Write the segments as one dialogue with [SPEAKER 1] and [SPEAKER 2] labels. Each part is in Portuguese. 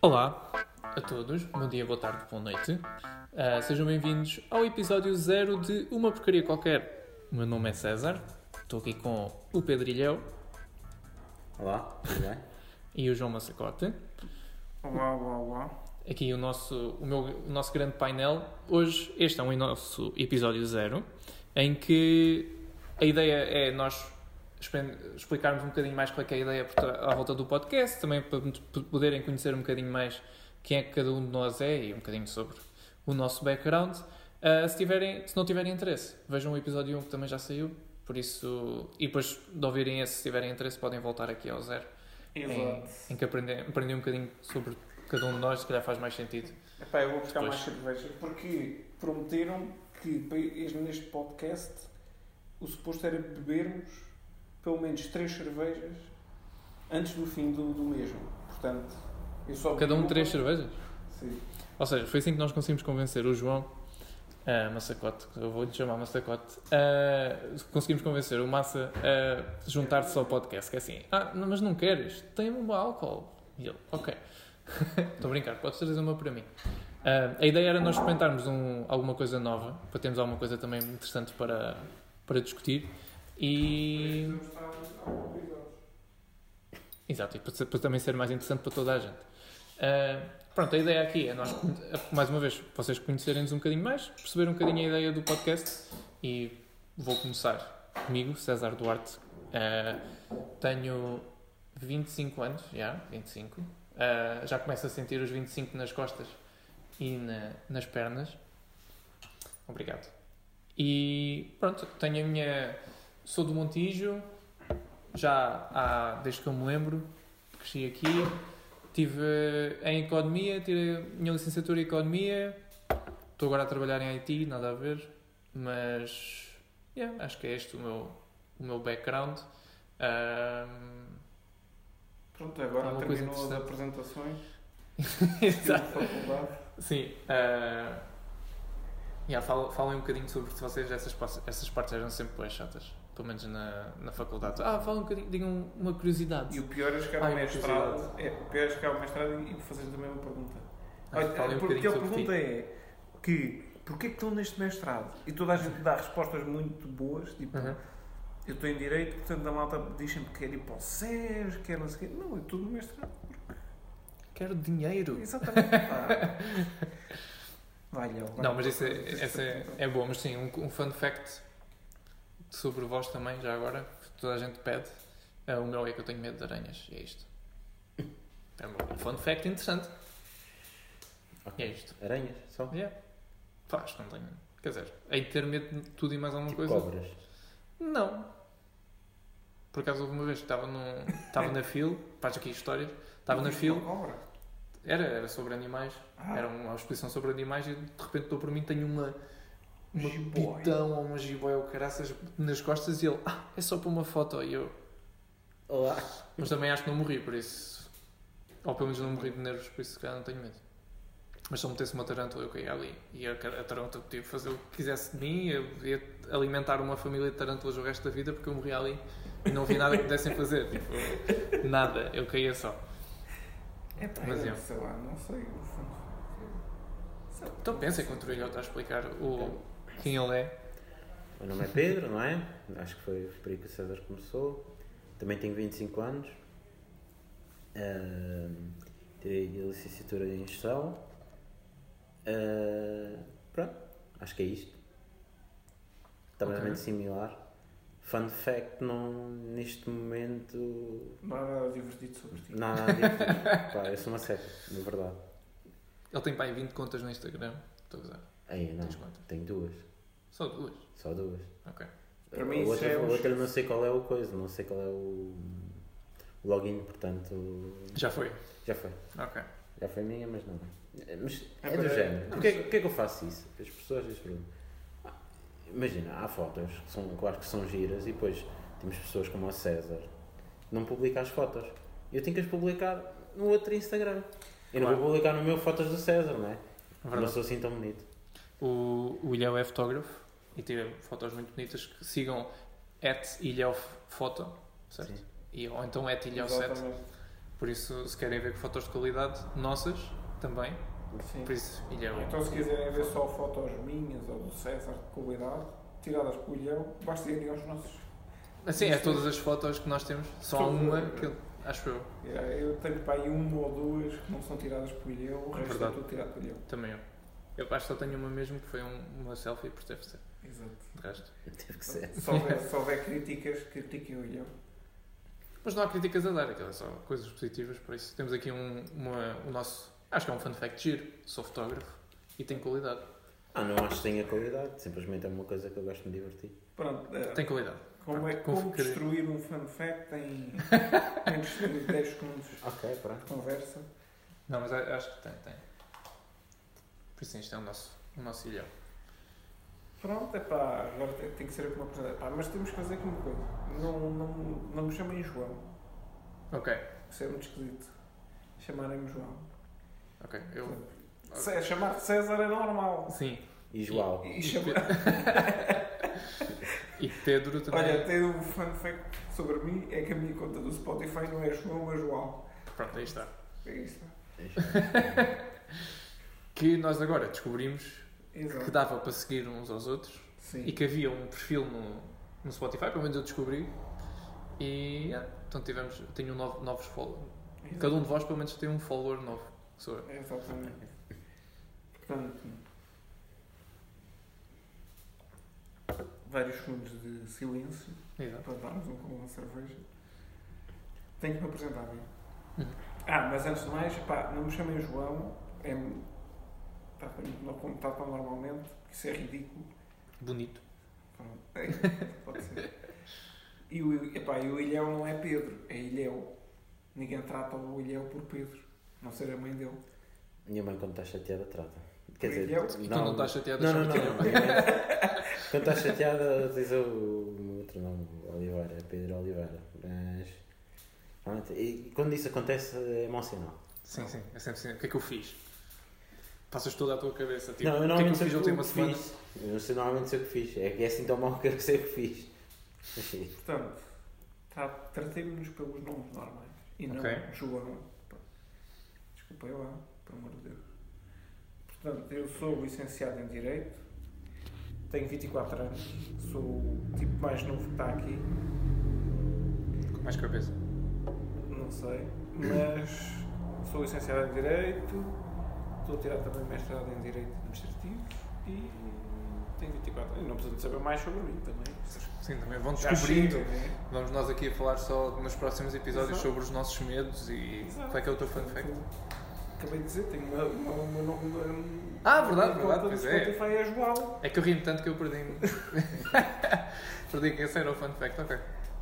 [SPEAKER 1] Olá a todos, bom dia, boa tarde, boa noite. Ah, sejam bem-vindos ao episódio zero de Uma Porcaria Qualquer. O meu nome é César, estou aqui com o Pedrilhão
[SPEAKER 2] Olá, tudo bem?
[SPEAKER 1] e o João Massacote.
[SPEAKER 3] Olá, olá, olá.
[SPEAKER 1] Aqui o nosso, o meu, o nosso grande painel. Hoje, este é um nosso episódio zero, em que a ideia é nós expen- explicarmos um bocadinho mais qual é, que é a ideia por tra- à volta do podcast, também para p- poderem conhecer um bocadinho mais quem é que cada um de nós é e um bocadinho sobre o nosso background. Ah, se, tiverem, se não tiverem interesse, vejam o episódio 1 que também já saiu, por isso, e depois de ouvirem esse, se tiverem interesse, podem voltar aqui ao zero em,
[SPEAKER 3] Exato.
[SPEAKER 1] em que aprender, aprender um bocadinho sobre cada um de nós, se calhar faz mais sentido.
[SPEAKER 3] É. Epá, eu vou buscar
[SPEAKER 1] Pois.
[SPEAKER 3] mais cerveja. Porque prometeram que para este- neste podcast o suposto era bebermos pelo menos três cervejas antes do fim do, do mesmo. Portanto, eu só
[SPEAKER 1] Cada um
[SPEAKER 3] bebi
[SPEAKER 1] três
[SPEAKER 3] uma.
[SPEAKER 1] cervejas.
[SPEAKER 3] Sim.
[SPEAKER 1] Ou seja, foi assim que nós conseguimos convencer o João ah, Massacote, eu vou-lhe chamar Massacote, ah, conseguimos convencer o Massa a juntar-se ao podcast, que é assim, ah, não, mas não queres, tem um álcool. E ele, ok. Estou a brincar, podes trazer uma para mim. Ah, a ideia era nós experimentarmos um- alguma coisa nova, para termos alguma coisa também interessante para, para discutir. E. Exato, e para, ser- para também ser mais interessante para toda a gente. Ah, pronto, a ideia aqui é nós, conhe- mais uma vez, vocês conhecerem-nos um bocadinho mais, perceber um bocadinho a ideia do podcast e vou começar comigo, César Duarte. Ah, tenho 25 anos, já, 25. Ah, já começo a sentir os 25 nas costas e na- nas pernas. Obrigado. E pronto, tenho a minha. Sou do Montijo, já há, desde que eu me lembro, cresci aqui. Tive eh, em Economia, tirei a minha licenciatura em Economia. Estou agora a trabalhar em IT, nada a ver. Mas yeah, acho que é este o meu, o meu background. Ahm,
[SPEAKER 3] Pronto, agora
[SPEAKER 1] Alguma coisa
[SPEAKER 3] terminou as
[SPEAKER 1] interessante.
[SPEAKER 3] apresentações.
[SPEAKER 1] Exato.
[SPEAKER 3] Faculdade.
[SPEAKER 1] Sim. ah, yeah, fal- falem um bocadinho sobre se vocês essas, pas- essas partes eram sempre boas chatas. Pelo menos na, na faculdade. Ah, falem um bocadinho, digam uma curiosidade.
[SPEAKER 3] E o pior é chegar
[SPEAKER 1] Ai,
[SPEAKER 3] ao
[SPEAKER 1] uma
[SPEAKER 3] mestrado. É, o pior é chegar ao mestrado e fazer também uma pergunta.
[SPEAKER 1] Ah,
[SPEAKER 3] Olha,
[SPEAKER 1] falem um
[SPEAKER 3] porque
[SPEAKER 1] bocadinho
[SPEAKER 3] a
[SPEAKER 1] sobre ti.
[SPEAKER 3] pergunta é que porquê que estão neste mestrado? E toda a gente dá respostas muito boas, tipo,
[SPEAKER 1] Uhum.
[SPEAKER 3] eu estou em direito, portanto a malta diz sempre que é tipo, "Oh, quer ir para o SES, quer é não sei o quê. Não, eu estou no mestrado.
[SPEAKER 1] Quero dinheiro.
[SPEAKER 3] Exatamente. pá. Vai, Léo, vai.
[SPEAKER 1] Não, mas isso é, essa é, é bom, mas sim, um, um fun fact sobre vós também, já agora, que toda a gente pede. Ah, o meu é que eu tenho medo de aranhas, e é isto. É um fun fact interessante. E é isto.
[SPEAKER 2] Aranhas, só?
[SPEAKER 1] Yeah. Pá, acho que não tenho. Quer dizer, hei de ter medo de tudo e mais alguma
[SPEAKER 2] tipo
[SPEAKER 1] coisa.
[SPEAKER 2] cobras.
[SPEAKER 1] Não. Por acaso houve uma vez que estava num. Estava na fila, faz aqui histórias, estava na fila,
[SPEAKER 3] Cobra.
[SPEAKER 1] era, era sobre animais,
[SPEAKER 3] Ah.
[SPEAKER 1] era uma exposição sobre animais e de repente estou por mim tenho uma. Uma
[SPEAKER 3] Jiboia.
[SPEAKER 1] pitão ou uma jiboia ou caraças nas costas e ele, ah, é só para uma foto e eu.
[SPEAKER 2] Olá.
[SPEAKER 1] Mas também acho que não morri, por isso. Ou pelo menos não morri de nervos, por isso se calhar não tenho medo. Mas se eu metesse uma tarântula, eu caía ali. E a car- a tarântula podia fazer o que quisesse de mim, eu ia alimentar uma família de tarântulas o resto da vida, porque eu morria ali e não havia nada que pudessem fazer. Tipo, nada, eu caía só.
[SPEAKER 3] É, pá,
[SPEAKER 1] Mas
[SPEAKER 3] eu
[SPEAKER 1] é.
[SPEAKER 3] sei lá, não sei. eu sei.
[SPEAKER 1] Então pensa enquanto o Trilhão está a explicar o, quem ele é.
[SPEAKER 2] O meu nome é Pedro, não é? Acho que foi por aí que o César começou. Também tenho 25 anos. Ahm, tirei a licenciatura em gestão. Ah, pronto, acho que é isto. Também
[SPEAKER 1] Ok.
[SPEAKER 2] muito similar. Fun fact, não, neste momento
[SPEAKER 3] Não há nada divertido sobre ti.
[SPEAKER 2] não há nada diferente. Pá, eu sou uma seca, na verdade.
[SPEAKER 1] Ele tem pai 20 contas no Instagram. Estou a usar.
[SPEAKER 2] Aí, não,
[SPEAKER 1] Tens quantas?
[SPEAKER 2] tenho duas.
[SPEAKER 1] Só duas.
[SPEAKER 2] Só duas.
[SPEAKER 1] Ok.
[SPEAKER 3] Para mim
[SPEAKER 2] o
[SPEAKER 3] isso
[SPEAKER 2] outro,
[SPEAKER 3] é
[SPEAKER 2] o
[SPEAKER 3] um
[SPEAKER 2] outro eu não sei qual é o coisa, não sei qual é o o login, portanto.
[SPEAKER 1] Já foi.
[SPEAKER 2] Já foi.
[SPEAKER 1] Ok.
[SPEAKER 2] Já foi minha, mas não. é. Mas
[SPEAKER 3] É
[SPEAKER 2] é do
[SPEAKER 3] para-
[SPEAKER 2] género.
[SPEAKER 3] não,
[SPEAKER 2] Porquê,
[SPEAKER 3] mas-
[SPEAKER 2] porquê que eu faço isso? As pessoas dizem perguntam. "Ah, Imagina, há fotos que são, claro que são giras e depois temos pessoas como o César que não publica as fotos. Eu tenho que as publicar no outro Instagram. Eu não
[SPEAKER 1] Claro.
[SPEAKER 2] vou publicar no meu fotos do César, não é? Não
[SPEAKER 1] Verdade.
[SPEAKER 2] sou assim tão bonito.
[SPEAKER 1] O, o Ilhéu é fotógrafo e tira fotos muito bonitas. Que sigam at Ilhéu Foto, certo?
[SPEAKER 2] Sim.
[SPEAKER 1] E, ou então at Ilhéu 7.
[SPEAKER 3] Exatamente.
[SPEAKER 1] Por isso, se querem ver fotos de qualidade nossas, também.
[SPEAKER 3] Sim.
[SPEAKER 1] Por isso, é Ilhão.
[SPEAKER 3] Então, se quiserem ver só fotos minhas ou do César de qualidade, tiradas por Ilhão, basta irem aos nossos.
[SPEAKER 1] Assim, é todas as fotos que nós temos, só há
[SPEAKER 3] Só
[SPEAKER 1] uma
[SPEAKER 3] uma.
[SPEAKER 1] que eu- acho eu,
[SPEAKER 3] É, Eu tenho para aí uma ou duas que não são tiradas por Ilhão, o resto
[SPEAKER 1] Verdade.
[SPEAKER 3] é tudo tirado por Ilhão.
[SPEAKER 1] também eu. Eu acho que só tenho uma mesmo que foi um- uma selfie por TFC.
[SPEAKER 3] Exato.
[SPEAKER 1] De resto.
[SPEAKER 2] Teve que é. ser.
[SPEAKER 3] Se houver, se houver críticas, critiquem o Ilhão.
[SPEAKER 1] Mas não há críticas a dar, aquilo é só coisas positivas, por isso temos aqui um, uma- o nosso. Acho que é um fun fact giro. Sou fotógrafo e tenho qualidade.
[SPEAKER 2] Ah, não acho que tenha qualidade, simplesmente é uma coisa que eu gosto de me divertir.
[SPEAKER 3] Pronto, eh,
[SPEAKER 1] Tem qualidade.
[SPEAKER 3] como, é,
[SPEAKER 1] pronto,
[SPEAKER 3] como
[SPEAKER 1] confere.
[SPEAKER 3] destruir um fun fact em menos de 10 segundos
[SPEAKER 2] Ok, pronto.
[SPEAKER 3] de conversa?
[SPEAKER 1] Não, mas a- acho que tem, tem. Por isso isto é o nosso, o nosso ilhão.
[SPEAKER 3] Pronto, é pá, agora tem, tem que ser alguma coisa. Epá, mas temos que fazer alguma coisa. Não, não, não me chamem João,
[SPEAKER 1] Ok,
[SPEAKER 3] isso é muito esquisito. Chamarem-me João.
[SPEAKER 1] ok. Eu.
[SPEAKER 3] Cé- chamar César é normal.
[SPEAKER 1] Sim.
[SPEAKER 2] E João.
[SPEAKER 3] E
[SPEAKER 1] é
[SPEAKER 3] chama-
[SPEAKER 1] E Pedro também.
[SPEAKER 3] Olha, tem um fun fact sobre mim: é que a minha conta do Spotify não é João, é João.
[SPEAKER 1] Pronto, aí está.
[SPEAKER 3] É isso.
[SPEAKER 2] E João.
[SPEAKER 1] Que nós agora descobrimos que
[SPEAKER 3] Exato.
[SPEAKER 1] dava para seguir uns aos outros
[SPEAKER 3] Sim.
[SPEAKER 1] e que havia um perfil no, no Spotify, pelo menos eu descobri. E yeah, então tivemos, tenho um novo, novos followers.
[SPEAKER 3] Exato.
[SPEAKER 1] Cada um de vós pelo menos tem um follower novo. que Sou eu.
[SPEAKER 3] É, Exatamente. Portanto, vários segundos de silêncio
[SPEAKER 1] Exato.
[SPEAKER 3] para darmos um com uma cerveja. Tenho que me apresentar bem.
[SPEAKER 1] Uhum.
[SPEAKER 3] Ah, mas antes de mais, pá, não me chamem João, é, está bem, não como está tão normalmente, porque isso é ridículo.
[SPEAKER 1] Bonito.
[SPEAKER 3] Pronto, é, pode ser. E o, epá, e o Ilhéu não é Pedro, é Ilhéu. Ninguém trata o Ilhéu por Pedro, a não ser a mãe dele.
[SPEAKER 2] Minha mãe, quando está chateada, trata. Quer dizer,
[SPEAKER 3] E
[SPEAKER 1] E é tu não estás chateado
[SPEAKER 2] Não, não, não.
[SPEAKER 1] chama-te Ilhão.
[SPEAKER 2] Quando estás chateada, diz o meu outro nome, Oliveira, Pedro Oliveira. Mas. Pronto, e quando isso acontece, é emocional.
[SPEAKER 1] Sim, sim, é sempre assim. O que é que eu fiz? Passas toda a tua cabeça. Tipo,
[SPEAKER 2] não, eu
[SPEAKER 1] o que é que eu fiz
[SPEAKER 2] normalmente sei
[SPEAKER 1] na
[SPEAKER 2] o que
[SPEAKER 1] última semana?
[SPEAKER 2] fiz. Eu não sei normalmente sei o que fiz. É que é assim tão mal que eu sei o que fiz. Mas sim.
[SPEAKER 3] Portanto, tra- tratemos-nos pelos nomes normais e não
[SPEAKER 1] Ok.
[SPEAKER 3] João. Pá. Desculpa eu, ah, pelo amor de Deus. Portanto, eu sou licenciado em Direito, tenho 24 anos, sou o tipo mais novo que está aqui,
[SPEAKER 1] Com mais cabeça.
[SPEAKER 3] não sei, mas sou licenciado em Direito, estou a tirar também mestrado em Direito Administrativo e tenho 24 anos. Não precisam de saber mais sobre mim também.
[SPEAKER 1] Sim, também vão
[SPEAKER 3] Já
[SPEAKER 1] descobrindo.
[SPEAKER 3] chega, né?
[SPEAKER 1] Vamos nós aqui a falar só nos próximos episódios
[SPEAKER 3] Exato.
[SPEAKER 1] sobre os nossos medos e
[SPEAKER 3] Exato.
[SPEAKER 1] qual é que é o teu fun fact.
[SPEAKER 3] Acabei de dizer, tenho uma. uma, uma, uma, uma
[SPEAKER 1] Ah, verdade, verdade,
[SPEAKER 3] conta do
[SPEAKER 1] pois é.
[SPEAKER 3] Spotify é João.
[SPEAKER 1] É que eu ri-me tanto que eu perdi-me. perdi que esse era o fun fact, ok.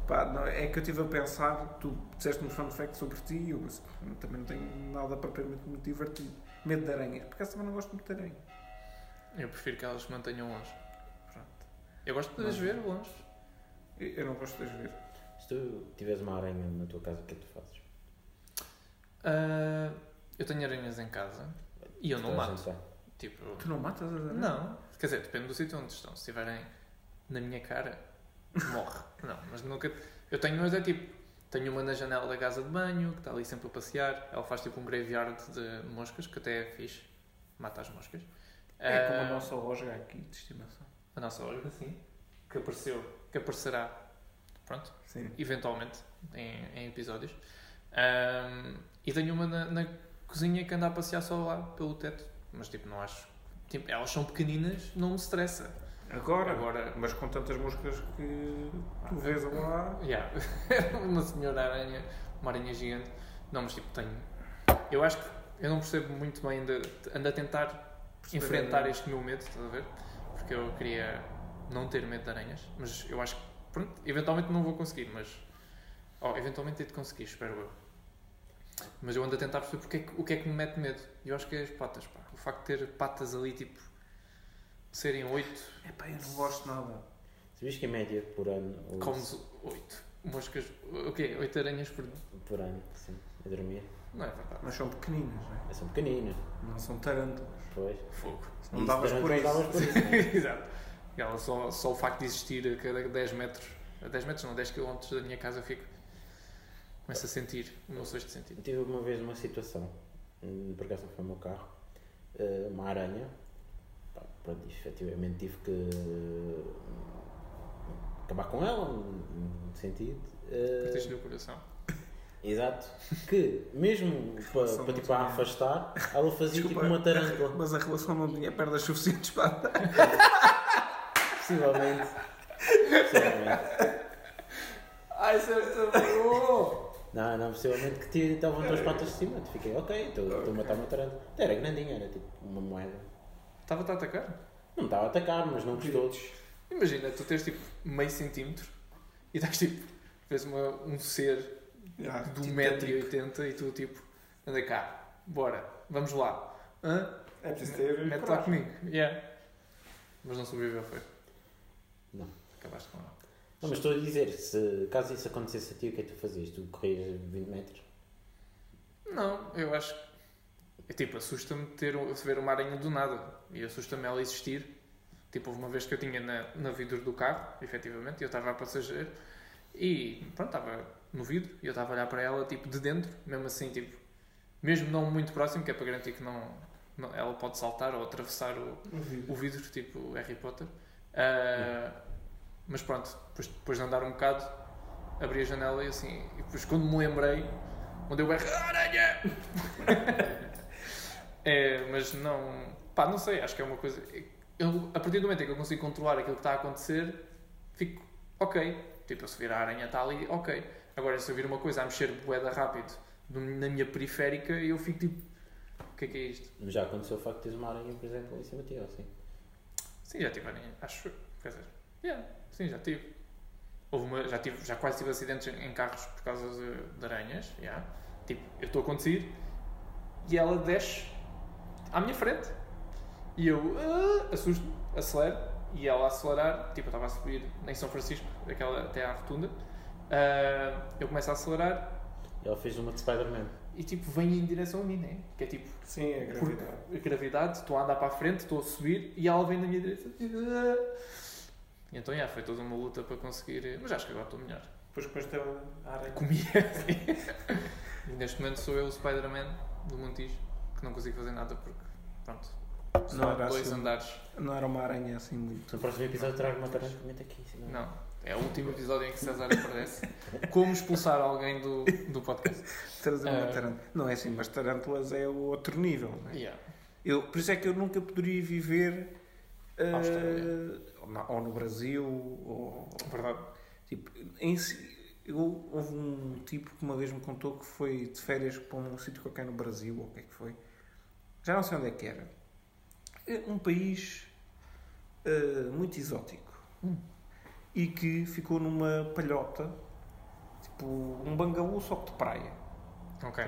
[SPEAKER 3] Pá, não, é que eu estive a pensar, tu disseste-me um fun fact sobre ti e eu disse, "Eu também não tenho nada propriamente muito divertido. Medo de aranhas, porque essa também não gosto muito de aranha.
[SPEAKER 1] Eu prefiro que elas se mantenham longe.
[SPEAKER 3] Pronto.
[SPEAKER 1] Eu gosto de as ver longe.
[SPEAKER 3] Eu, eu não gosto de as ver.
[SPEAKER 2] Se tu tiveres uma aranha na tua casa, o que é que tu fazes?
[SPEAKER 1] Ah, eu tenho aranhas em casa e eu não
[SPEAKER 2] Toda a
[SPEAKER 1] mato.
[SPEAKER 2] gente sabe.
[SPEAKER 1] Tipo,
[SPEAKER 3] Tu não matas as aranhas?
[SPEAKER 1] Não, quer dizer, depende do sítio onde estão. Se estiverem na minha cara, morre. não, mas nunca. Eu tenho umas, é tipo. Tenho uma na janela da casa de banho, que está ali sempre a passear. Ela faz tipo um graveyard de moscas, que até é fixe. Mata as moscas.
[SPEAKER 3] É como
[SPEAKER 1] Ah,
[SPEAKER 3] a nossa loja aqui de estimação.
[SPEAKER 1] A nossa Olga, sim. Que apareceu. Que aparecerá. Pronto
[SPEAKER 3] Sim.
[SPEAKER 1] eventualmente, em, em episódios. Ahm, e tenho uma na, na cozinha que anda a passear só lá pelo teto, mas tipo, não acho. Tipo, elas são pequeninas, não me estressa.
[SPEAKER 3] Agora,
[SPEAKER 1] Agora-
[SPEAKER 3] mas com tantas moscas que tu vês lá.
[SPEAKER 1] Yeah. uma senhora aranha, uma aranha gigante. Não, mas tipo, tenho. Eu acho que eu não percebo muito bem, ainda ando a tentar
[SPEAKER 3] Perceber
[SPEAKER 1] enfrentar
[SPEAKER 3] ainda.
[SPEAKER 1] este meu medo, estás a ver? Porque eu queria não ter medo de aranhas, mas eu acho que, pronto, eventualmente não vou conseguir, mas. Oh, eventualmente hei de conseguir, espero eu. Mas eu ando a tentar perceber porque é que- o que é que me mete medo. E eu acho que é as patas, pá. O facto de ter patas ali, tipo, de serem oito,
[SPEAKER 3] Epá, eu não gosto nada.
[SPEAKER 2] Sabias que em média por ano. o-
[SPEAKER 1] comes oito moscas, o quê? Oito aranhas por
[SPEAKER 2] Por ano, sim. A dormir. um
[SPEAKER 1] Não é verdade.
[SPEAKER 3] Mas são pequeninas, não
[SPEAKER 2] São pequeninas,
[SPEAKER 3] é? Não são tarântulas.
[SPEAKER 2] pois.
[SPEAKER 1] Fogo.
[SPEAKER 3] Não
[SPEAKER 2] Isso
[SPEAKER 3] davas
[SPEAKER 2] durante
[SPEAKER 3] por
[SPEAKER 2] não
[SPEAKER 3] isso.
[SPEAKER 2] davas por isso.
[SPEAKER 1] Exato. E Ela só, só o facto de existir a cada 10 metros, a 10 metros não, 10 km da minha casa eu fico. Como Começo a sentir o meu sexto sentido.
[SPEAKER 2] Tive uma vez uma situação, hum, por acaso não foi o meu carro, eh, uma aranha. Pá, Pronto, efetivamente tive que hum, acabar com ela, num num sentido. eh,
[SPEAKER 1] Partiste-lhe o coração.
[SPEAKER 2] Exato. Que mesmo para
[SPEAKER 3] é- São
[SPEAKER 2] pa, tipo, a
[SPEAKER 3] muito é
[SPEAKER 2] afastar, ela fazia tipo uma tarântula.
[SPEAKER 3] mas a relação não tinha pernas suficientes para.
[SPEAKER 2] Possivelmente. Possivelmente.
[SPEAKER 3] Ai, certo!
[SPEAKER 2] Não, não, possivelmente que te estavam duas patas de cima. Tu fiquei, ok, estou estou a matar uma tarântula. Até Era grandinha, era tipo uma moeda.
[SPEAKER 1] Estava-te a atacar?
[SPEAKER 2] Não estava a atacar, mas não gostou.
[SPEAKER 1] Imagina, tu tens tipo meio centímetro e estás tipo. Vês uma, um ser
[SPEAKER 3] Ah,
[SPEAKER 1] de
[SPEAKER 3] tipo
[SPEAKER 1] 1,80m e tu tipo, anda cá, bora, vamos lá. Hã?
[SPEAKER 3] É preciso ter.
[SPEAKER 1] Mete lá comigo. Yeah. Mas não sobreviveu, foi?
[SPEAKER 2] Não.
[SPEAKER 1] Acabaste com ela.
[SPEAKER 2] Não, mas estou a dizer, se caso isso acontecesse a ti, o que é que tu fazias? Tu corrias 20 metros?
[SPEAKER 1] Não, eu acho que. É tipo, assusta-me ter, um- ver uma aranha do nada e assusta-me ela existir. Tipo, houve uma vez que eu tinha na, na vidro do carro, efetivamente, e eu estava a passageiro e pronto, estava no vidro e eu estava a olhar para ela, tipo, de dentro, mesmo assim, tipo, mesmo não muito próximo, que é para garantir que não, não- ela pode saltar ou atravessar o, o vidro, tipo Harry Potter. Ah, mas pronto, depois, depois de andar um bocado, abri a janela e assim, e depois quando me lembrei, onde eu berro, aranha! é, mas não, pá, não sei, acho que é uma coisa. Eu, a partir do momento em que eu consigo controlar aquilo que está a acontecer, fico ok. Tipo, eu se vir a aranha está ali, ok. Agora, se eu vir uma coisa a mexer boeda rápido no- na minha periférica, eu fico tipo, o que é que é isto?
[SPEAKER 2] Mas Já aconteceu o facto de teres uma aranha, por exemplo, em cima de ti, ou assim?
[SPEAKER 1] Sim, já tive aranha, acho. eu. Quer dizer, yeah, sim, já tive. Houve uma, já, tive, já quase tive acidentes em, em carros por causa de, de aranhas. Yeah. Tipo, eu estou a conduzir e ela desce à minha frente. E eu ah, assusto-me, acelero. E ela a acelerar, tipo, eu estava a subir em São Francisco, aquela, até à rotunda. Ah, eu começo a acelerar
[SPEAKER 2] Ela fez uma de Spider-Man.
[SPEAKER 1] e tipo, vem em direção a mim, né? Que é tipo,
[SPEAKER 3] Sim, é
[SPEAKER 1] por
[SPEAKER 3] gravidade.
[SPEAKER 1] gravidade, estou a andar para a frente, estou a subir e ela vem na minha direita. E Então, já, foi toda uma luta para conseguir, mas acho que agora estou melhor.
[SPEAKER 3] Depois comeste a aranha.
[SPEAKER 1] Comia. e neste momento sou eu o Spider-Man do Montijo, que não consigo fazer nada porque, pronto, só
[SPEAKER 3] Não era
[SPEAKER 1] dois
[SPEAKER 3] assim.
[SPEAKER 1] andares.
[SPEAKER 3] Não era uma aranha assim muito.
[SPEAKER 2] No próximo episódio trago uma tarântula e meto aqui. senão-
[SPEAKER 1] Não, é o último episódio em que César aparece. Como expulsar alguém do, do podcast.
[SPEAKER 3] Trazer uma
[SPEAKER 1] Ah.
[SPEAKER 3] tarântula. Não é assim, mas tarântulas é o outro nível. não é?
[SPEAKER 1] Yeah.
[SPEAKER 3] Eu, por isso é que eu nunca poderia viver. ah,
[SPEAKER 1] Austrália.
[SPEAKER 3] ou na- ou no Brasil, ou.
[SPEAKER 1] Verdade.
[SPEAKER 3] Tipo, em si- eu- houve um tipo que uma vez me contou que foi de férias para um sítio qualquer no Brasil, ou o que é que foi. Já não sei onde é que era. É Um país ah, muito exótico.
[SPEAKER 1] Hum.
[SPEAKER 3] E que ficou numa palhota, tipo um bangaú só que de praia.
[SPEAKER 1] Ok.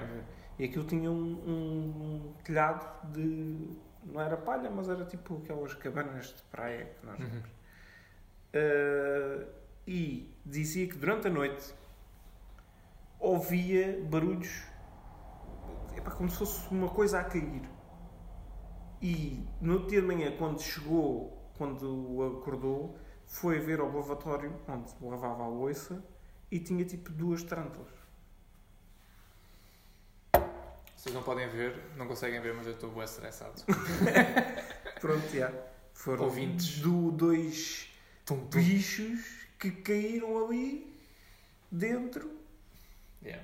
[SPEAKER 3] E aquilo tinha um, um- um telhado de. Não era palha, mas era tipo aquelas cabanas de praia que nós
[SPEAKER 1] Uhum.
[SPEAKER 3] Uh, e dizia que durante a noite ouvia barulhos epá, como se fosse uma coisa a cair. E no outro dia de manhã, quando chegou, quando acordou, foi ver ao lavatório onde lavava a louça e tinha tipo duas tarântulas.
[SPEAKER 1] Vocês não podem ver, não conseguem ver, mas eu estou bem estressado.
[SPEAKER 3] Pronto, já. Foram
[SPEAKER 1] Ouvintes.
[SPEAKER 3] do- dois
[SPEAKER 1] Tum, tum.
[SPEAKER 3] bichos que caíram ali dentro
[SPEAKER 1] Yeah.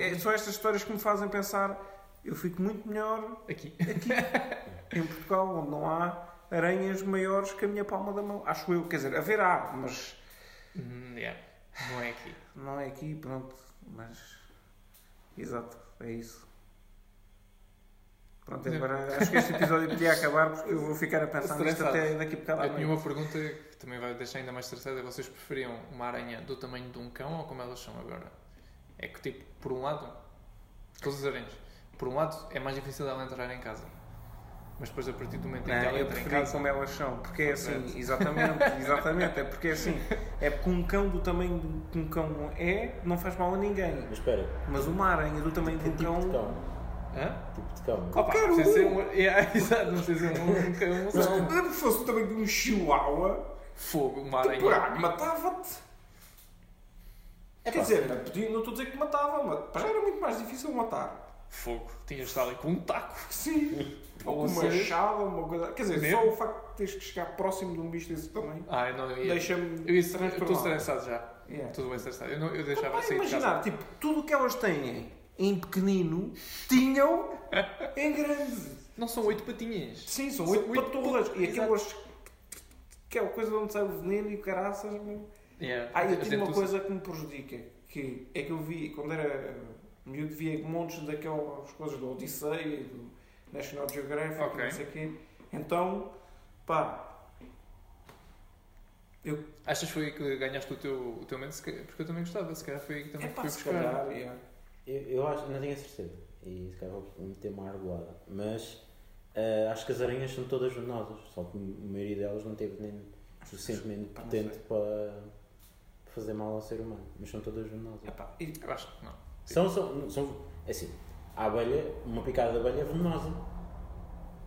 [SPEAKER 3] É só estas histórias que me fazem pensar. Eu fico muito melhor
[SPEAKER 1] Aqui.
[SPEAKER 3] em Portugal, onde não há aranhas maiores que a minha palma da mão. Acho eu, quer dizer, haver há, mas
[SPEAKER 1] Hum, yeah. Não é aqui.
[SPEAKER 3] não é aqui, pronto. Mas. Exato, é isso.
[SPEAKER 1] É.
[SPEAKER 3] Pronto, agora acho que este episódio podia acabar porque eu vou ficar a pensar nisto
[SPEAKER 1] Estressado.
[SPEAKER 3] até daqui a bocado. à
[SPEAKER 1] Eu tinha
[SPEAKER 3] noite.
[SPEAKER 1] uma pergunta que também vai deixar ainda mais estressada. Vocês preferiam uma aranha do tamanho de um cão ou como elas são agora? É que, tipo, por um lado, todas as aranhas, por um lado é mais difícil dela entrar em casa. Mas depois, a partir do momento em que
[SPEAKER 3] Não,
[SPEAKER 1] ela
[SPEAKER 3] É, eu
[SPEAKER 1] entra em
[SPEAKER 3] preferi
[SPEAKER 1] casa,
[SPEAKER 3] como elas são, porque é assim,
[SPEAKER 1] Correto.
[SPEAKER 3] exatamente, exatamente, é porque é assim, é porque um cão do tamanho do- que um cão é, não faz mal a ninguém.
[SPEAKER 2] Mas espera,
[SPEAKER 3] Mas uma aranha do tamanho de
[SPEAKER 2] que
[SPEAKER 3] um
[SPEAKER 2] tipo de
[SPEAKER 3] cão.
[SPEAKER 2] cão?
[SPEAKER 1] Hã?
[SPEAKER 2] Tipo de cão?
[SPEAKER 3] Qual- Qualquer
[SPEAKER 1] Opa, não precisa ser
[SPEAKER 3] um.
[SPEAKER 1] um. Yeah, exato, não precisa ser um, um cão, um
[SPEAKER 3] Mas
[SPEAKER 1] cão.
[SPEAKER 3] se fosse do tamanho de um chihuahua,
[SPEAKER 1] Fogo, uma
[SPEAKER 3] tipo,
[SPEAKER 1] aranha.
[SPEAKER 3] ah, matava-te.
[SPEAKER 2] É
[SPEAKER 3] Quer
[SPEAKER 2] pá,
[SPEAKER 3] dizer, podia- não estou a dizer que matava, mas para já era muito mais difícil matar.
[SPEAKER 1] Fogo, tinhas de estar ali com um taco.
[SPEAKER 3] Sim. Ou com uma
[SPEAKER 1] Vocês-
[SPEAKER 3] chave, uma coisa. Quer dizer,
[SPEAKER 1] Mesmo?
[SPEAKER 3] só o facto de teres que chegar próximo de um bicho desse tamanho
[SPEAKER 1] Ai, não, eu ia.
[SPEAKER 3] deixa-me.
[SPEAKER 1] Eu ia eu estou
[SPEAKER 3] transformado.
[SPEAKER 1] estressado já.
[SPEAKER 3] Yeah.
[SPEAKER 1] Estou bem estressado. Eu, não, eu deixava
[SPEAKER 3] Pá,
[SPEAKER 1] sair de casa.
[SPEAKER 3] imaginar, tipo, tudo o que elas têm em pequenino tinham em grande.
[SPEAKER 1] Não são oito patinhas.
[SPEAKER 3] Sim, são
[SPEAKER 1] São
[SPEAKER 3] oito
[SPEAKER 1] oito
[SPEAKER 3] patolas. E
[SPEAKER 1] Exato.
[SPEAKER 3] aquelas. que é a coisa de onde sai o veneno e o caraças. meu.
[SPEAKER 1] Yeah.
[SPEAKER 3] Ah, eu
[SPEAKER 1] Mas
[SPEAKER 3] tive
[SPEAKER 2] é
[SPEAKER 3] uma
[SPEAKER 1] tu-
[SPEAKER 3] coisa que me prejudica. Que é que eu vi, quando era eh, miúdo, via montes daquelas coisas do Odisseia, do National Geographic,
[SPEAKER 1] Ok.
[SPEAKER 3] não sei o quê. Então, pá,
[SPEAKER 1] Achas que foi que ganhaste o teu, o teu mente? Se calhar- Porque eu também gostava, se calhar foi que
[SPEAKER 3] é
[SPEAKER 1] também
[SPEAKER 3] pá,
[SPEAKER 1] fui
[SPEAKER 3] se
[SPEAKER 1] buscar.
[SPEAKER 3] calhar. ah, yeah.
[SPEAKER 2] eu, eu acho, não tenho a certeza. E se calhar vou meter uma argoada. Mas ah, acho que as aranhas são todas venenosas. Só que a maioria delas não teve veneno suficientemente
[SPEAKER 3] Pá, não
[SPEAKER 2] potente
[SPEAKER 3] sei.
[SPEAKER 2] para fazer mal ao ser humano. Mas são todas venenosas.
[SPEAKER 3] É pá, e-
[SPEAKER 1] Eu acho que não.
[SPEAKER 2] São, são, são é assim, a abelha, uma picada de abelha é venenosa.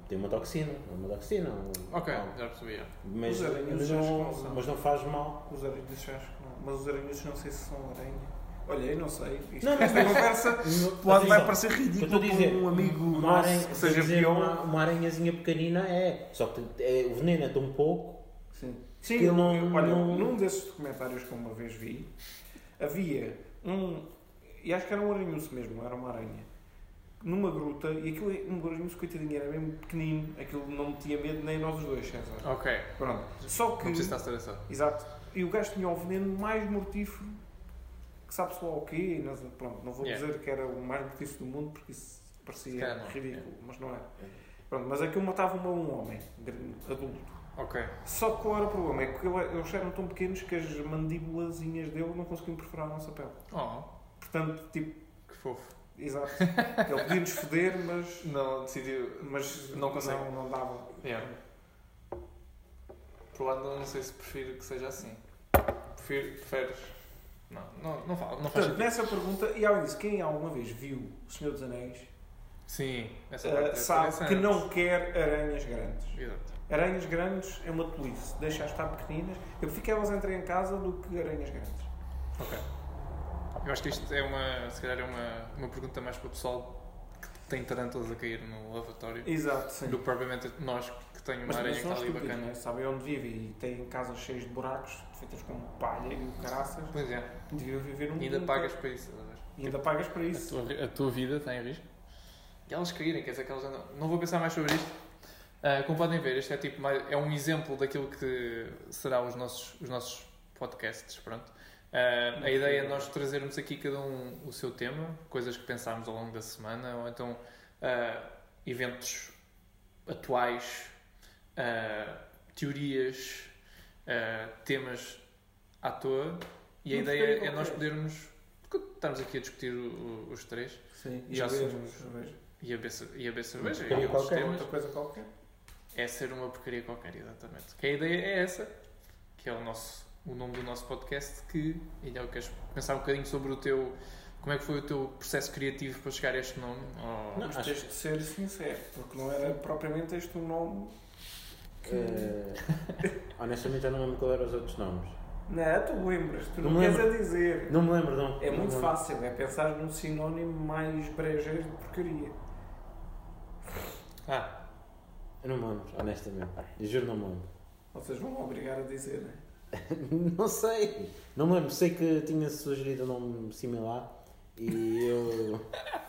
[SPEAKER 2] Tem uma toxina, uma toxina. um-
[SPEAKER 1] Ok,
[SPEAKER 2] um-
[SPEAKER 1] já percebi. já.
[SPEAKER 2] mas,
[SPEAKER 3] Os aranhas
[SPEAKER 2] mas,
[SPEAKER 3] acho que não
[SPEAKER 2] não,
[SPEAKER 3] são.
[SPEAKER 2] mas não faz mal.
[SPEAKER 3] Os aranhas acho que não. Mas os aranhas não sei se são aranha. Olha, eu não sei. Isto,
[SPEAKER 2] Não, não,
[SPEAKER 3] esta
[SPEAKER 2] não.
[SPEAKER 3] conversa
[SPEAKER 2] Atenção,
[SPEAKER 3] pode vai parecer
[SPEAKER 2] eu estou
[SPEAKER 3] ridículo
[SPEAKER 2] a dizer,
[SPEAKER 3] para um amigo
[SPEAKER 2] uma
[SPEAKER 3] nosso
[SPEAKER 2] aranha- estou
[SPEAKER 3] que
[SPEAKER 2] a
[SPEAKER 3] seja
[SPEAKER 2] dizer,
[SPEAKER 3] peão.
[SPEAKER 2] uma, uma aranhazinha pequenina é. Só que é, o veneno é tão pouco.
[SPEAKER 3] Sim, Sim
[SPEAKER 2] Que
[SPEAKER 3] eu,
[SPEAKER 2] não-
[SPEAKER 3] olha,
[SPEAKER 2] não-
[SPEAKER 3] num desses documentários que eu uma vez vi, havia um. E acho que era um aranhuço mesmo, era uma aranha. Numa gruta, e aquilo, é- um aranhuço, coitadinho, era mesmo pequenino, aquilo não me tinha medo, nem nós os dois, César.
[SPEAKER 1] Ok,
[SPEAKER 3] Pronto. Só
[SPEAKER 1] Ah. não
[SPEAKER 3] que.
[SPEAKER 1] preciso estar assim. estressado.
[SPEAKER 3] Exato. E o gajo tinha o veneno mais mortífero que sabe-se lá o quê. não sei- Pronto, não vou
[SPEAKER 1] Yeah.
[SPEAKER 3] dizer que era o mais mortífero do mundo porque isso
[SPEAKER 1] Se
[SPEAKER 3] parecia
[SPEAKER 1] calhar não,
[SPEAKER 3] ridículo,
[SPEAKER 1] yeah.
[SPEAKER 3] mas não era. Pronto, mas aquilo matava uma- um homem, grande, adulto.
[SPEAKER 1] Ok,
[SPEAKER 3] Só que qual era o problema? É que ele- eles eram tão pequenos que as mandíbulazinhas dele não conseguiam perfurar a nossa pele.
[SPEAKER 1] oh,
[SPEAKER 3] Portanto, tipo,
[SPEAKER 1] que fofo.
[SPEAKER 3] exato. Ele podia nos foder, mas,
[SPEAKER 1] Não, decidiu.
[SPEAKER 3] mas
[SPEAKER 1] Não consegue.
[SPEAKER 3] não, não dava.
[SPEAKER 1] Yeah.
[SPEAKER 3] um
[SPEAKER 1] Por lado, não sei se prefiro que seja assim. Prefiro, preferes. Não, não, não, fa- não faz
[SPEAKER 3] Portanto,
[SPEAKER 1] sentido.
[SPEAKER 3] nessa pergunta, e além disso, quem alguma vez viu O Senhor dos Anéis
[SPEAKER 1] Sim, essa parte
[SPEAKER 3] Uh,
[SPEAKER 1] é
[SPEAKER 3] sabe
[SPEAKER 1] interessante.
[SPEAKER 3] que não quer aranhas grandes.
[SPEAKER 1] Exato.
[SPEAKER 3] Aranhas grandes é uma tolice, deixa estar pequeninas. Eu prefiro que elas entrem em casa do que aranhas grandes.
[SPEAKER 1] Ok. Eu acho que isto é uma. Se calhar é uma, uma pergunta mais para o pessoal que tem tarântulas a cair no lavatório
[SPEAKER 3] Exato, sim.
[SPEAKER 1] do que propriamente nós que tem uma
[SPEAKER 3] Mas
[SPEAKER 1] aranha
[SPEAKER 3] também
[SPEAKER 1] que
[SPEAKER 3] são
[SPEAKER 1] está ali
[SPEAKER 3] estúpidos,
[SPEAKER 1] bacana.
[SPEAKER 3] né? sabem onde vivem e têm casas cheias de buracos, feitas com palha e o caraças.
[SPEAKER 1] Pois é,
[SPEAKER 3] Deviam viver num
[SPEAKER 1] e ainda
[SPEAKER 3] mundo-
[SPEAKER 1] pagas para isso. estás a ver?
[SPEAKER 3] E ainda pagas para
[SPEAKER 1] A
[SPEAKER 3] isso.
[SPEAKER 1] tua, a tua vida está em risco. E elas caírem, quer dizer que elas andam. Não vou pensar mais sobre isto. Ah, como podem ver, este é, tipo mais- é um exemplo daquilo que será os nossos, os nossos podcasts. Pronto. Ah, a ideia é nós trazermos aqui cada um o seu tema, coisas que pensámos ao longo da semana, ou então ah, eventos atuais, ah, teorias, ah, temas à toa. E a
[SPEAKER 3] Não sei
[SPEAKER 1] ideia é
[SPEAKER 3] qual
[SPEAKER 1] nós
[SPEAKER 3] é.
[SPEAKER 1] podermos. Porque estamos aqui a discutir o- o- os três.
[SPEAKER 3] Sim,
[SPEAKER 1] Já
[SPEAKER 3] já
[SPEAKER 1] somos-
[SPEAKER 3] cerveja.
[SPEAKER 1] E a beça, e a beça cerveja, e
[SPEAKER 2] porcaria
[SPEAKER 1] outros
[SPEAKER 2] qualquer,
[SPEAKER 1] temas.
[SPEAKER 3] Outra coisa qualquer.
[SPEAKER 1] É ser uma porcaria qualquer, exatamente. Que a ideia é essa, que é o, nosso, o nome do nosso podcast, que ele é o que queres pensar um bocadinho sobre o teu. Como é que foi o teu processo criativo para chegar a este nome? Ou-
[SPEAKER 2] Não,
[SPEAKER 3] Mas
[SPEAKER 2] acho-
[SPEAKER 3] tens de ser sincero, porque não era propriamente este o nome.
[SPEAKER 2] Eh, honestamente, já não lembro qual eram os outros nomes.
[SPEAKER 3] Não, tu lembras, tu
[SPEAKER 2] Não
[SPEAKER 3] não,
[SPEAKER 2] me
[SPEAKER 3] queres a dizer.
[SPEAKER 2] Não me lembro, um, não.
[SPEAKER 3] É
[SPEAKER 2] Não
[SPEAKER 3] muito
[SPEAKER 2] me lembro.
[SPEAKER 3] fácil, é pensar num sinónimo mais brejeiro de porcaria.
[SPEAKER 1] Ah,
[SPEAKER 2] Eu não me lembro, honestamente. Eu juro, não me lembro.
[SPEAKER 3] Vocês vão me obrigar a dizer, né?
[SPEAKER 2] Não sei. Não me lembro. Sei que tinha sugerido um nome similar e eu.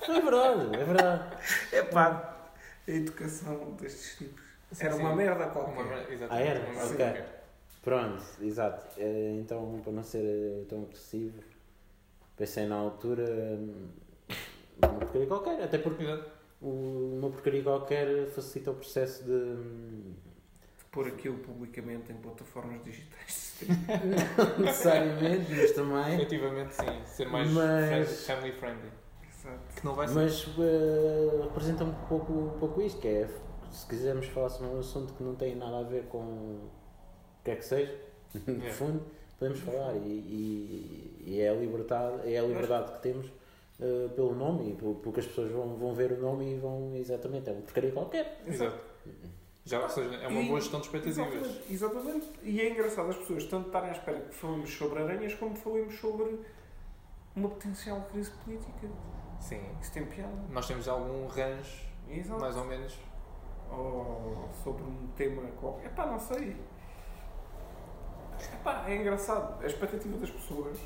[SPEAKER 2] Não é verdade, é verdade.
[SPEAKER 3] É pá, a educação destes tipos.
[SPEAKER 1] Sim,
[SPEAKER 3] Era
[SPEAKER 1] sim.
[SPEAKER 3] uma merda
[SPEAKER 1] uma,
[SPEAKER 3] qualquer.
[SPEAKER 1] merda,
[SPEAKER 2] Ah,
[SPEAKER 1] exatamente.
[SPEAKER 2] era?
[SPEAKER 1] uma merda
[SPEAKER 2] Ok.
[SPEAKER 1] qualquer.
[SPEAKER 2] Pronto, exato. Eh, Então, para não ser eh, tão agressivo, pensei na altura. hum, Uma porcaria qualquer. Até porque
[SPEAKER 1] Exato.
[SPEAKER 2] o- uma porcaria qualquer facilita o processo de. hum,
[SPEAKER 3] Pôr aquilo publicamente em plataformas digitais. de streaming.
[SPEAKER 2] Não necessariamente, mas também.
[SPEAKER 1] Efetivamente, sim. Ser mais
[SPEAKER 2] Mas-
[SPEAKER 1] friendly- family friendly.
[SPEAKER 3] Exato.
[SPEAKER 1] Que não vai ser.
[SPEAKER 2] Mas eh, representa um pouco, um pouco isto, que é se quisermos falar sobre um assunto que não tem nada a ver com o que é que seja, no
[SPEAKER 1] Yeah.
[SPEAKER 2] fundo, podemos falar e, e- e é a liberdade, é a liberdade que temos eh, pelo nome e pelo- porque as pessoas vão, vão ver o nome e vão exatamente, é um porcaria qualquer.
[SPEAKER 1] Exato. Já, ou seja, é uma
[SPEAKER 3] E-
[SPEAKER 1] boa gestão de expectativas.
[SPEAKER 3] Exatamente, exatamente. E é engraçado as pessoas tanto estarem à espera que falemos sobre aranhas como falemos sobre uma potencial crise política.
[SPEAKER 1] Sim.
[SPEAKER 3] Isso tem piada. é?
[SPEAKER 1] Nós temos algum range,
[SPEAKER 3] Exato.
[SPEAKER 1] mais ou menos.
[SPEAKER 3] Ou sobre um tema qualquer. Epá, não sei. Epá, é engraçado. A expectativa das pessoas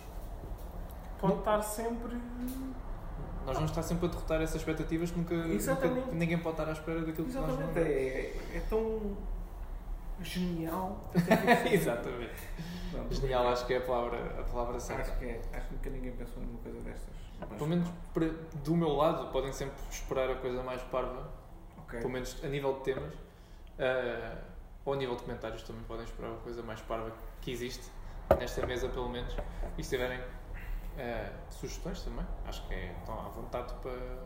[SPEAKER 3] pode
[SPEAKER 1] Não.
[SPEAKER 3] estar sempre.
[SPEAKER 1] Nós vamos estar sempre a derrotar essas expectativas que nunca,
[SPEAKER 3] Exatamente.
[SPEAKER 1] nunca- ninguém pode estar à espera daquilo que nós
[SPEAKER 3] Exatamente.
[SPEAKER 1] não
[SPEAKER 3] É, é tão genial.
[SPEAKER 1] Exatamente.
[SPEAKER 3] Pronto.
[SPEAKER 1] Genial, acho que é a palavra, a palavra certa.
[SPEAKER 3] Acho que, é, acho que nunca ninguém pensou numa coisa destas. Mas,
[SPEAKER 1] Pelo menos para- do meu lado, podem sempre esperar a coisa mais parva,
[SPEAKER 3] ok.
[SPEAKER 1] pelo menos a nível de temas, ah, ou a nível de comentários também podem esperar a coisa mais parva que existe, nesta mesa pelo menos. E se tiverem ah, sugestões também, acho que é- estão à vontade para,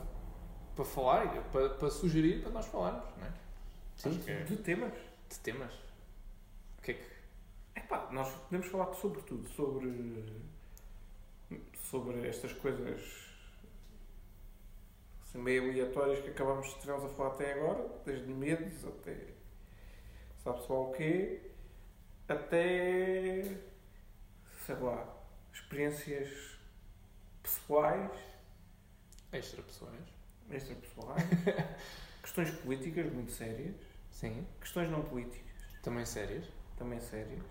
[SPEAKER 1] para falar, e para, para sugerir para nós falarmos, não é?
[SPEAKER 2] Sim,
[SPEAKER 1] acho que é
[SPEAKER 3] De temas.
[SPEAKER 1] de temas. O que é que.
[SPEAKER 3] Epá, nós podemos falar sobre tudo, sobre, sobre estas coisas assim, meio aleatórias que acabamos estivemos a falar até agora, desde medos até sabe-se lá o quê, até sei lá, experiências pessoais,
[SPEAKER 1] Extra pessoas.
[SPEAKER 3] extrapessoais, questões políticas muito sérias,
[SPEAKER 1] Sim.
[SPEAKER 3] questões não políticas.
[SPEAKER 1] Também sérias.
[SPEAKER 3] também sérias.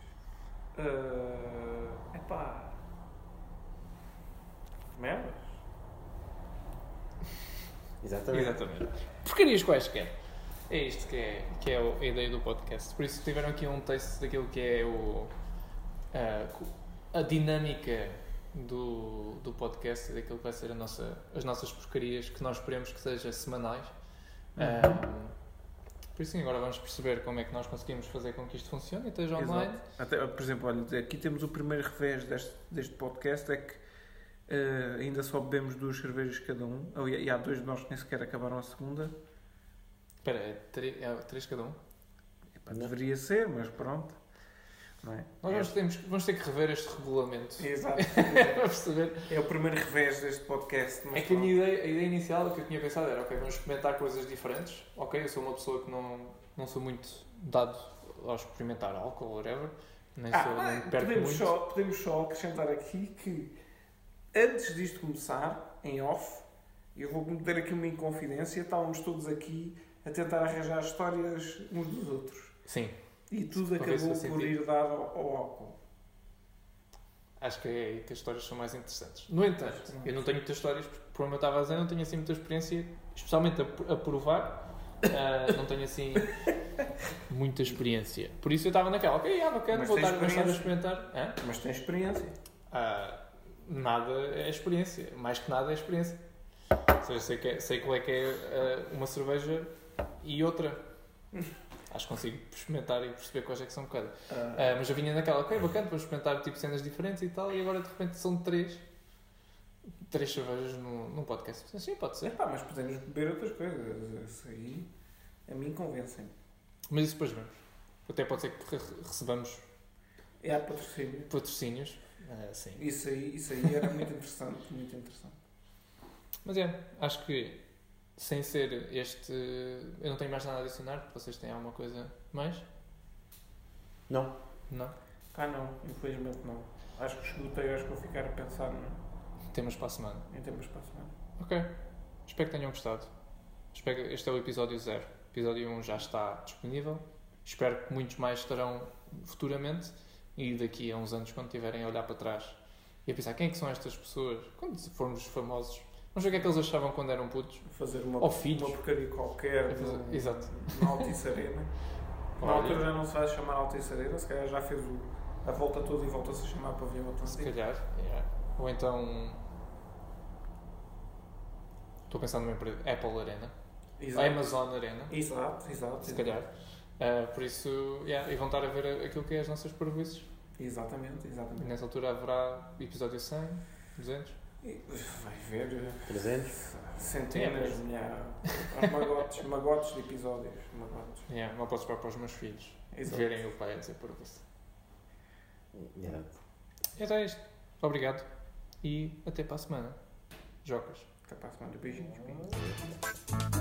[SPEAKER 3] é epá. Merdas.
[SPEAKER 2] Exatamente.
[SPEAKER 1] Porcarias quaisquer. É isto que é, que é a ideia do podcast. Por isso tiveram aqui um texto daquilo que é o, a, a dinâmica do, do podcast, daquilo que vai ser a nossa, as nossas porcarias, que nós esperemos que sejam semanais.
[SPEAKER 3] Uhum.
[SPEAKER 1] Ahm, por isso sim, agora vamos perceber como é que nós conseguimos fazer com que isto funcione e esteja online.
[SPEAKER 3] Até, por exemplo, olha, aqui temos o primeiro revés deste, deste podcast, é que eh, ainda só bebemos duas cervejas cada um. Oh, e, e há dois de nós que nem sequer acabaram a segunda.
[SPEAKER 1] Espera, é, tre- é três cada um?
[SPEAKER 3] Epá, deveria ser, mas pronto. Não é?
[SPEAKER 1] Nós vamos, temos- vamos ter que rever este regulamento
[SPEAKER 3] É, exato.
[SPEAKER 1] para perceber
[SPEAKER 3] é o primeiro revés deste podcast. mas
[SPEAKER 1] É que a minha
[SPEAKER 3] pronto.
[SPEAKER 1] ideia, a ideia inicial, o que eu tinha pensado era, ok, vamos experimentar coisas diferentes. Ok, eu sou uma pessoa que não, não sou muito dado a experimentar álcool, whatever. Nem sou,
[SPEAKER 3] Ah,
[SPEAKER 1] nem
[SPEAKER 3] ah,
[SPEAKER 1] perco
[SPEAKER 3] podemos,
[SPEAKER 1] muito.
[SPEAKER 3] Só, podemos só acrescentar aqui que antes disto começar, em off, eu vou meter aqui uma inconfidência, estávamos todos aqui a tentar arranjar histórias uns dos outros.
[SPEAKER 1] Sim,
[SPEAKER 3] E tudo
[SPEAKER 1] Para ver se
[SPEAKER 3] acabou
[SPEAKER 1] faz
[SPEAKER 3] por
[SPEAKER 1] sentido.
[SPEAKER 3] ir dar ao, ao álcool.
[SPEAKER 1] acho que é aí que as histórias são mais interessantes. No entanto, eu não tenho muitas histórias, porque como eu estava a dizer, não tenho assim muita experiência, especialmente a, pr- a provar. Ah, não tenho assim muita experiência. Por isso eu estava naquela, ok, ah, bacana,
[SPEAKER 3] Mas
[SPEAKER 1] vou
[SPEAKER 3] tens
[SPEAKER 1] estar vou estar a
[SPEAKER 3] experiência?
[SPEAKER 1] experimentar. Hã?
[SPEAKER 3] Mas tem experiência.
[SPEAKER 1] Ah, nada é experiência. Mais que nada é experiência. Ou seja, sei, que é- sei qual é que é ah, uma cerveja e outra. Acho que consigo experimentar e perceber quais é que são cada. Ah, mas eu vinha naquela, ok, bacana, vamos experimentar tipo cenas diferentes e tal, e agora de repente são três. Três cervejas num, num podcast. Mas, Sim, pode ser.
[SPEAKER 3] Ah, Epá, mas podemos beber outras coisas. Isso aí a mim convencem.
[SPEAKER 1] Mas isso depois vemos. Até pode ser que re- recebamos
[SPEAKER 3] É a patrocínio.
[SPEAKER 1] patrocínios. Ah, sim.
[SPEAKER 3] Isso aí, isso aí era muito interessante, muito interessante.
[SPEAKER 1] Mas é, acho que sem ser este. Eu não tenho mais nada a adicionar, vocês têm alguma coisa mais?
[SPEAKER 2] Não.
[SPEAKER 1] Não?
[SPEAKER 3] Pá, não, infelizmente não. Acho que escutei, acho que vou ficar a pensar não?
[SPEAKER 1] Temos para a semana.
[SPEAKER 3] em termos para a semana.
[SPEAKER 1] Ok. Espero que tenham gostado. Espero que este é o episódio 0. O episódio 1 já está disponível. Espero que muitos mais estarão futuramente e daqui a uns anos, quando tiverem a olhar para trás e a pensar quem é que são estas pessoas, quando formos famosos, vamos ver o que é que eles achavam quando eram putos.
[SPEAKER 3] fazer uma,
[SPEAKER 1] Ou filhos.
[SPEAKER 3] uma porcaria qualquer
[SPEAKER 1] Exa-
[SPEAKER 3] no-
[SPEAKER 1] Exato.
[SPEAKER 3] na Altice Arena. Na
[SPEAKER 1] Olha.
[SPEAKER 3] altura já não se vai chamar Altice Arena, se calhar já fez o- a volta toda e volta-se a chamar Pavilhão
[SPEAKER 1] Se
[SPEAKER 3] Atlântico.
[SPEAKER 1] calhar, yeah. ou então. Estou pensando numa empresa. Apple Arena.
[SPEAKER 3] Exato.
[SPEAKER 1] Amazon Arena,
[SPEAKER 3] Exato, exato.
[SPEAKER 1] se calhar. Ah, por isso, yeah, e vão estar a ver aquilo que é as nossas prejuízos.
[SPEAKER 3] Exatamente, exatamente.
[SPEAKER 1] Nessa altura haverá episódio 100, 200.
[SPEAKER 3] E, vai ver eh,
[SPEAKER 2] 300.
[SPEAKER 3] centenas,
[SPEAKER 1] É.
[SPEAKER 3] milhares, magotes, magotes de episódios. Magotes.
[SPEAKER 1] Yeah, não posso esperar para os meus filhos
[SPEAKER 3] Exato.
[SPEAKER 1] verem o pai a dizer por isso.
[SPEAKER 2] Exato.
[SPEAKER 1] Então é isto. Obrigado e até para a semana. Jocas.
[SPEAKER 3] Até para a semana. Beijinhos. beijinhos.